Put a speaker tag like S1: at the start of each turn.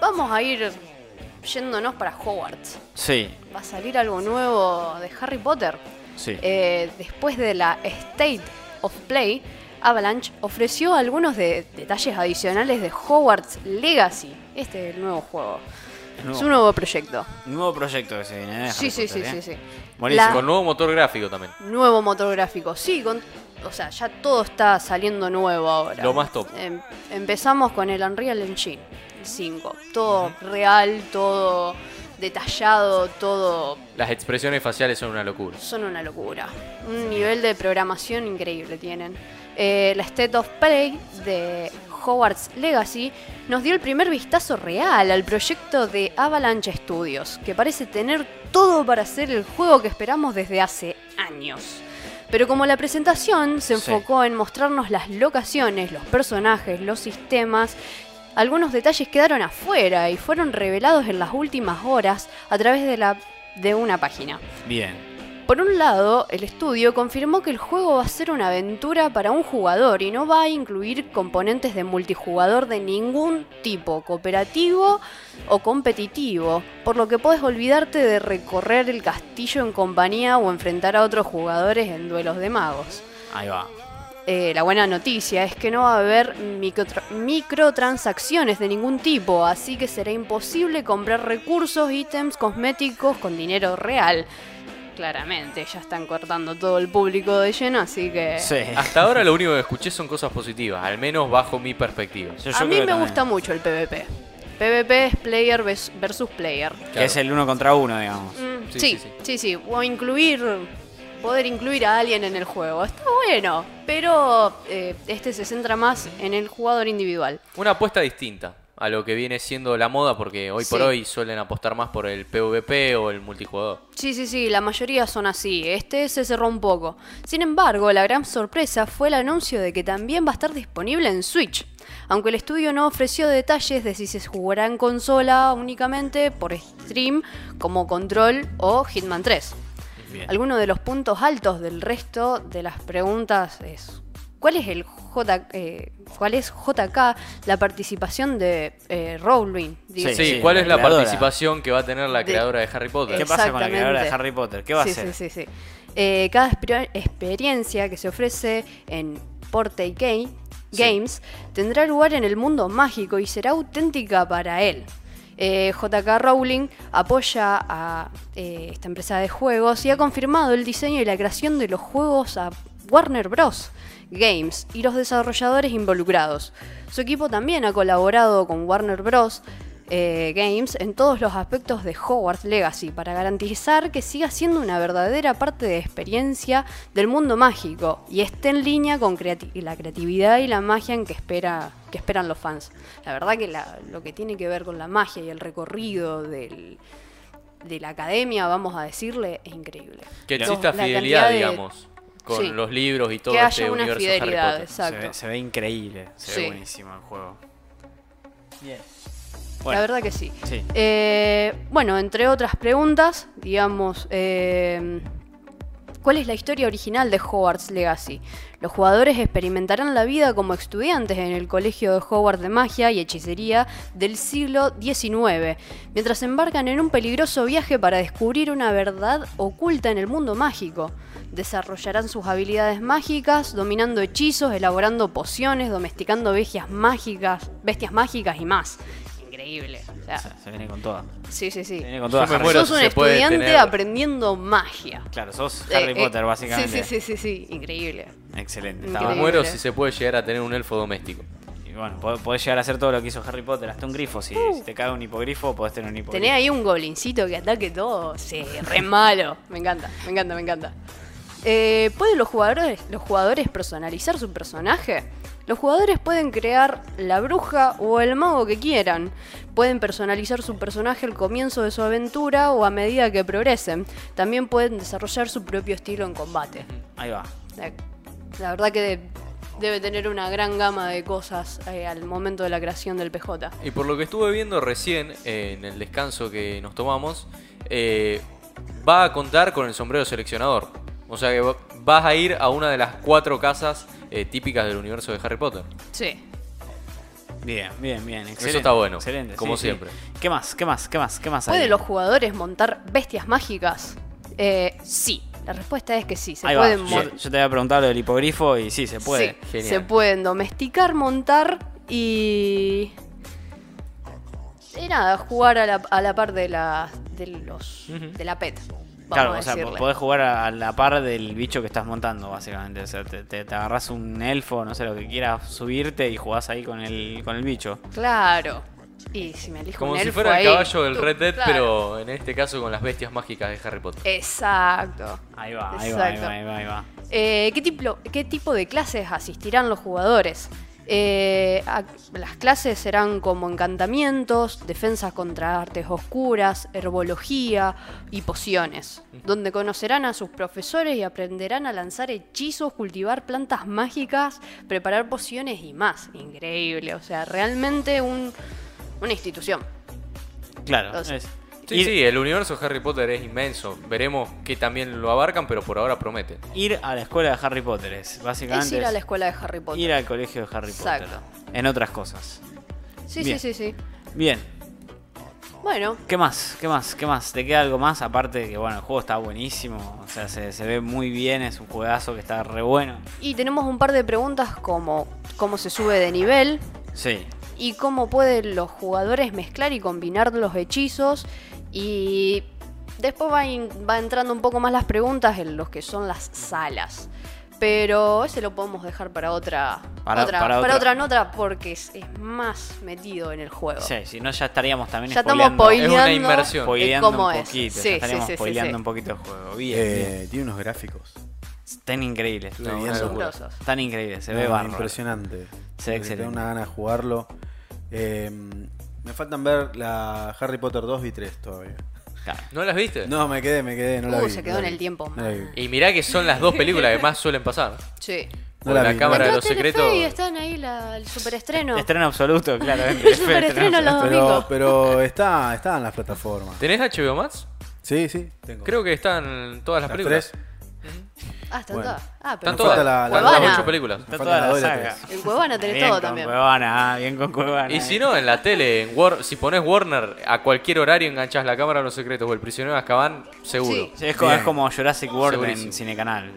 S1: Vamos a ir yéndonos para Hogwarts.
S2: Sí,
S1: Va a salir algo nuevo de Harry Potter.
S2: sí.
S1: Eh, después de la State of Play, Avalanche ofreció algunos de- detalles adicionales de Hogwarts Legacy. Este es el nuevo juego.
S2: Nuevo.
S1: Es un nuevo proyecto.
S2: Nuevo proyecto que se viene, ¿eh? de
S1: Sí,
S2: Harry
S1: sí, sí,
S2: Potter,
S1: sí,
S2: ¿eh?
S1: sí.
S2: Buenísimo.
S1: La-
S3: Con nuevo motor gráfico también.
S1: Nuevo motor gráfico. Sí, con, o sea, ya todo está saliendo nuevo ahora.
S3: Lo más top.
S1: Em- empezamos con el Unreal Engine 5. Todo real, todo detallado, todo
S3: Las expresiones faciales son una locura.
S1: son una locura. Un nivel de programación increíble tienen. Eh, la State of Play de Hogwarts Legacy nos dio el primer vistazo real al proyecto de Avalanche Studios, que parece tener todo para hacer el juego que esperamos desde hace años. Pero como la presentación se
S2: Sí.
S1: enfocó en mostrarnos las locaciones, los personajes, los sistemas, algunos detalles quedaron afuera y fueron revelados en las últimas horas a través de, la, de una página.
S2: Bien.
S1: Por un lado, el estudio confirmó que el juego va a ser una aventura para un jugador y no va a incluir componentes de multijugador de ningún tipo, cooperativo o competitivo, por lo que puedes olvidarte de recorrer el castillo en compañía o enfrentar a otros jugadores en duelos de magos.
S2: Ahí va.
S1: Eh, la buena noticia es que no va a haber microtra- microtransacciones de ningún tipo, así que será imposible comprar recursos, ítems, cosméticos con dinero real. Claramente, ya están cortando todo el público de lleno, así que...
S2: Sí.
S3: Hasta ahora lo único que escuché son cosas positivas, al menos bajo mi perspectiva.
S2: Yo- yo
S1: a
S2: creo
S1: mí
S2: que
S1: me
S2: también.
S1: gusta mucho el PvP. PvP es player ves- versus player.
S2: Que es el uno contra uno, digamos.
S1: Mm, sí,
S3: Sí, sí,
S1: sí,
S3: sí.
S1: sí, O incluir, poder incluir a alguien en el juego. Está bueno, pero eh, este se centra más en el jugador individual.
S3: Una apuesta distinta a lo que viene siendo la moda, porque hoy por
S1: Sí.
S3: hoy suelen apostar más por el PvP o el multijugador.
S1: Sí, sí, sí, la mayoría son así. Este se cerró un poco. Sin embargo, la gran sorpresa fue el anuncio de que también va a estar disponible en Switch. Aunque el estudio no ofreció detalles de si se jugará en consola únicamente por stream, como Control o Hitman 3.
S2: Bien.
S1: Alguno de los puntos altos del resto de las preguntas es ¿cuál es el J, eh, cuál es JK la participación de eh, Rowling? Digo,
S2: Sí,
S3: Sí,
S2: sí,
S3: ¿cuál
S2: la
S3: es la
S2: creadora.
S3: participación que va a tener la
S1: De-
S3: creadora de Harry Potter?
S2: ¿Qué pasa con la creadora de
S1: Exactamente.
S2: Harry Potter? ¿Qué va a
S1: sí,
S2: hacer?
S1: Sí, sí, sí. Eh, cada exper- experiencia que se ofrece en Porte Ga- Games tendrá lugar en el mundo mágico y será auténtica para él. Eh, JK Rowling apoya a eh, esta empresa de juegos y ha confirmado el diseño y la creación de los juegos a Warner Bros. Games y los desarrolladores involucrados. Su equipo también ha colaborado con Warner Bros. eh, Games en todos los aspectos de Hogwarts Legacy para garantizar que siga siendo una verdadera parte de experiencia del mundo mágico y esté en línea con creati- y la creatividad y la magia en que, espera, que esperan los fans. La verdad que la- lo que tiene que ver con la magia y el recorrido del- de la academia, vamos a decirle, es increíble.
S3: Que
S2: La-
S3: exista
S1: la
S3: fidelidad,
S1: cantidad de-
S3: digamos, con
S1: Sí.
S3: los libros y todo
S1: que
S3: este
S1: haya una
S3: universo de Harry
S1: fidelidad,
S3: Potter.
S1: exacto.
S2: Se, ve, se ve increíble. Se ve
S1: Sí.
S2: buenísimo el juego. Bien.
S1: La
S2: Bueno,
S1: verdad que sí.
S2: Sí.
S1: Eh, bueno, entre otras preguntas, digamos, eh, ¿cuál es la historia original de Hogwarts Legacy? Los jugadores experimentarán la vida como estudiantes en el Colegio de Hogwarts de Magia y Hechicería del siglo XIX, mientras embarcan en un peligroso viaje para descubrir una verdad oculta en el mundo mágico. Desarrollarán sus habilidades mágicas, dominando hechizos, elaborando pociones, domesticando bestias mágicas, bestias mágicas y más. Increíble. o sea,
S2: se, se viene con toda.
S1: Ah. Sí, sí, sí.
S2: Se viene con
S3: Yo
S2: toda.
S3: me
S2: Harry
S3: muero.
S2: Potter.
S1: Sos un
S3: se puede
S1: estudiante
S3: tener-
S1: aprendiendo magia.
S2: Claro, sos
S1: Eh,
S2: Harry
S1: eh,
S2: Potter, básicamente.
S1: Sí, sí, sí, sí, sí. Increíble. Increíble.
S2: Excelente. Está
S3: Me
S2: bueno.
S3: muero si se puede llegar a tener un elfo doméstico.
S2: Y bueno, po- podés llegar a hacer todo lo que hizo Harry Potter, hasta un grifo. Si, si te cae un hipogrifo, podés tener un hipogrifo.
S1: Tenés ahí un goblincito que ataque todo. Sí, re malo. Me encanta, me encanta, me encanta. Eh, ¿Pueden los jugadores, los jugadores personalizar su personaje? Los jugadores pueden crear la bruja o el mago que quieran. Pueden personalizar su personaje al comienzo de su aventura o a medida que progresen. También pueden desarrollar su propio estilo en combate.
S2: Ahí va.
S1: La, la verdad que de- debe tener una gran gama de cosas eh, al momento de la creación del PJ.
S3: Y por lo que estuve viendo recién, eh, en el descanso que nos tomamos, eh, va a contar con el sombrero seleccionador. O sea que va- vas a ir a una de las cuatro casas eh, típicas del universo de Harry Potter.
S1: Sí.
S2: Bien, bien, bien. Excelente,
S3: está bueno,
S2: Excelente.
S3: como siempre.
S2: ¿Qué más? ¿Qué más? ¿Qué más? ¿Qué más? hay?
S1: ¿Pueden los jugadores montar bestias mágicas? Eh, sí. La respuesta es que sí, se
S2: Ahí va.
S1: pueden
S2: Yo,
S1: montar.
S2: yo te había preguntado lo del hipogrifo y sí, se puede.
S1: Sí,
S3: Genial.
S1: se pueden domesticar, montar y. Y nada, jugar a la, a la par de la, de los, de la PET. Vamos
S2: Claro,
S1: a
S2: o sea,
S1: decirle.
S2: podés jugar a a la par del bicho que estás montando, básicamente. O sea, te, te, agarras un elfo, no sé, lo que quieras, subirte y jugás ahí con el, con el bicho.
S1: Claro. Y si me elijo
S3: Como
S1: un
S3: si
S1: elfo
S3: fuera el
S1: ahí,
S3: caballo del
S1: tú,
S3: Red Dead,
S1: claro. Eh,
S3: pero en este caso con las bestias mágicas de Harry Potter.
S1: Exacto.
S2: Ahí va, ahí va, ahí
S1: Exacto.
S2: va, ahí va, ahí va.
S1: Eh, ¿qué, tipo, ¿Qué tipo de clases asistirán los jugadores? Eh, a- las clases serán como encantamientos, defensas contra artes oscuras, herbología y pociones, donde conocerán a sus profesores y aprenderán a lanzar hechizos, cultivar plantas mágicas, preparar pociones y más. Increíble, o sea, realmente un- una institución.
S2: Claro.
S1: Entonces-
S2: es-
S3: Sí,
S2: ir,
S3: sí, el universo de Harry Potter es inmenso. Veremos que también lo abarcan, pero por ahora promete.
S2: ir a la escuela de Harry Potter es, básicamente.
S1: Es ir a la escuela de Harry Potter.
S2: ir al colegio de Harry
S1: Exacto.
S2: Potter. En otras cosas.
S1: Sí,
S2: Bien.
S1: sí, sí, sí.
S2: Bien.
S1: Bueno,
S2: ¿Qué más? ¿Qué más? ¿Qué más? ¿Te queda algo más? Aparte de que, bueno, el juego está buenísimo. O sea, se, se ve muy bien. Es un juegazo que está re bueno.
S1: Y tenemos un par de preguntas como cómo se sube de nivel
S2: Sí.
S1: y cómo pueden los jugadores mezclar y combinar los hechizos y después va, in- va entrando un poco más las preguntas en los que son las salas. Pero ese lo podemos dejar para otra
S2: Para-
S1: otra,
S2: para otra.
S1: otra nota porque es, es más metido en el juego.
S2: Sí, si no, ya estaríamos también
S1: Ya estamos
S2: spoileando-
S1: spoileando.
S3: Es una inmersión.
S2: spoileando
S1: cómo
S2: un
S1: es. Sí,
S2: poquito. ya
S1: sí,
S2: estaríamos
S1: sí, sí,
S2: spoileando
S1: sí.
S2: un poquito el juego. Bien, bien.
S4: Eh, tiene unos gráficos.
S2: Están increíbles.
S4: Estoy
S3: No,
S4: viendo.
S3: una locura.
S1: Grosos.
S2: Están increíbles. Se
S4: No,
S2: ve bárbaro.
S4: Impresionante.
S2: Se ve excelente.
S4: Tengo una gana de jugarlo. Eh, me faltan ver la Harry Potter 2 y 3 todavía.
S2: Claro.
S3: ¿No las viste?
S4: No, me quedé, me quedé. No la
S1: Uh,
S4: vi,
S1: se
S4: no
S1: quedó
S4: la
S1: en
S4: vi,
S1: el tiempo,
S4: no la vi.
S1: man.
S3: Y mirá que son las dos películas que más suelen pasar.
S1: Sí.
S4: No
S3: la
S4: la vi, no
S3: cámara
S4: la
S3: de
S4: vi.
S3: los secretos.
S1: Y están ahí la- el superestreno.
S2: Estreno absoluto, claro.
S1: El superestreno los domingos.
S4: Pero, pero está, está en las plataformas.
S3: ¿Tenés HBO Max?
S4: Sí, sí. Tengo.
S3: Creo que están todas las
S4: Las
S3: películas.
S4: tres.
S1: Ah, están
S4: Bueno.
S1: todas. Ah, pero
S3: Están
S4: Nos
S3: todas.
S4: falta la- la-
S3: las
S1: Cuevana.
S3: ocho películas.
S2: Está
S4: Me
S2: toda
S4: falta
S2: la
S4: la doble
S2: saga.
S4: tres.
S1: en Cuevana tenés
S2: Bien
S1: todo
S2: con
S1: también.
S2: Cuevana, ah, bien con Cuevana.
S3: Y
S2: eh.
S3: si no, en la tele, en War- si pones Warner, a cualquier horario enganchás la cámara de los secretos o el prisionero de Azkaban, seguro.
S1: Sí.
S2: Sí, es, como,
S4: Bien.
S2: es como Jurassic World
S3: Segurísimo.
S2: en Cinecanal.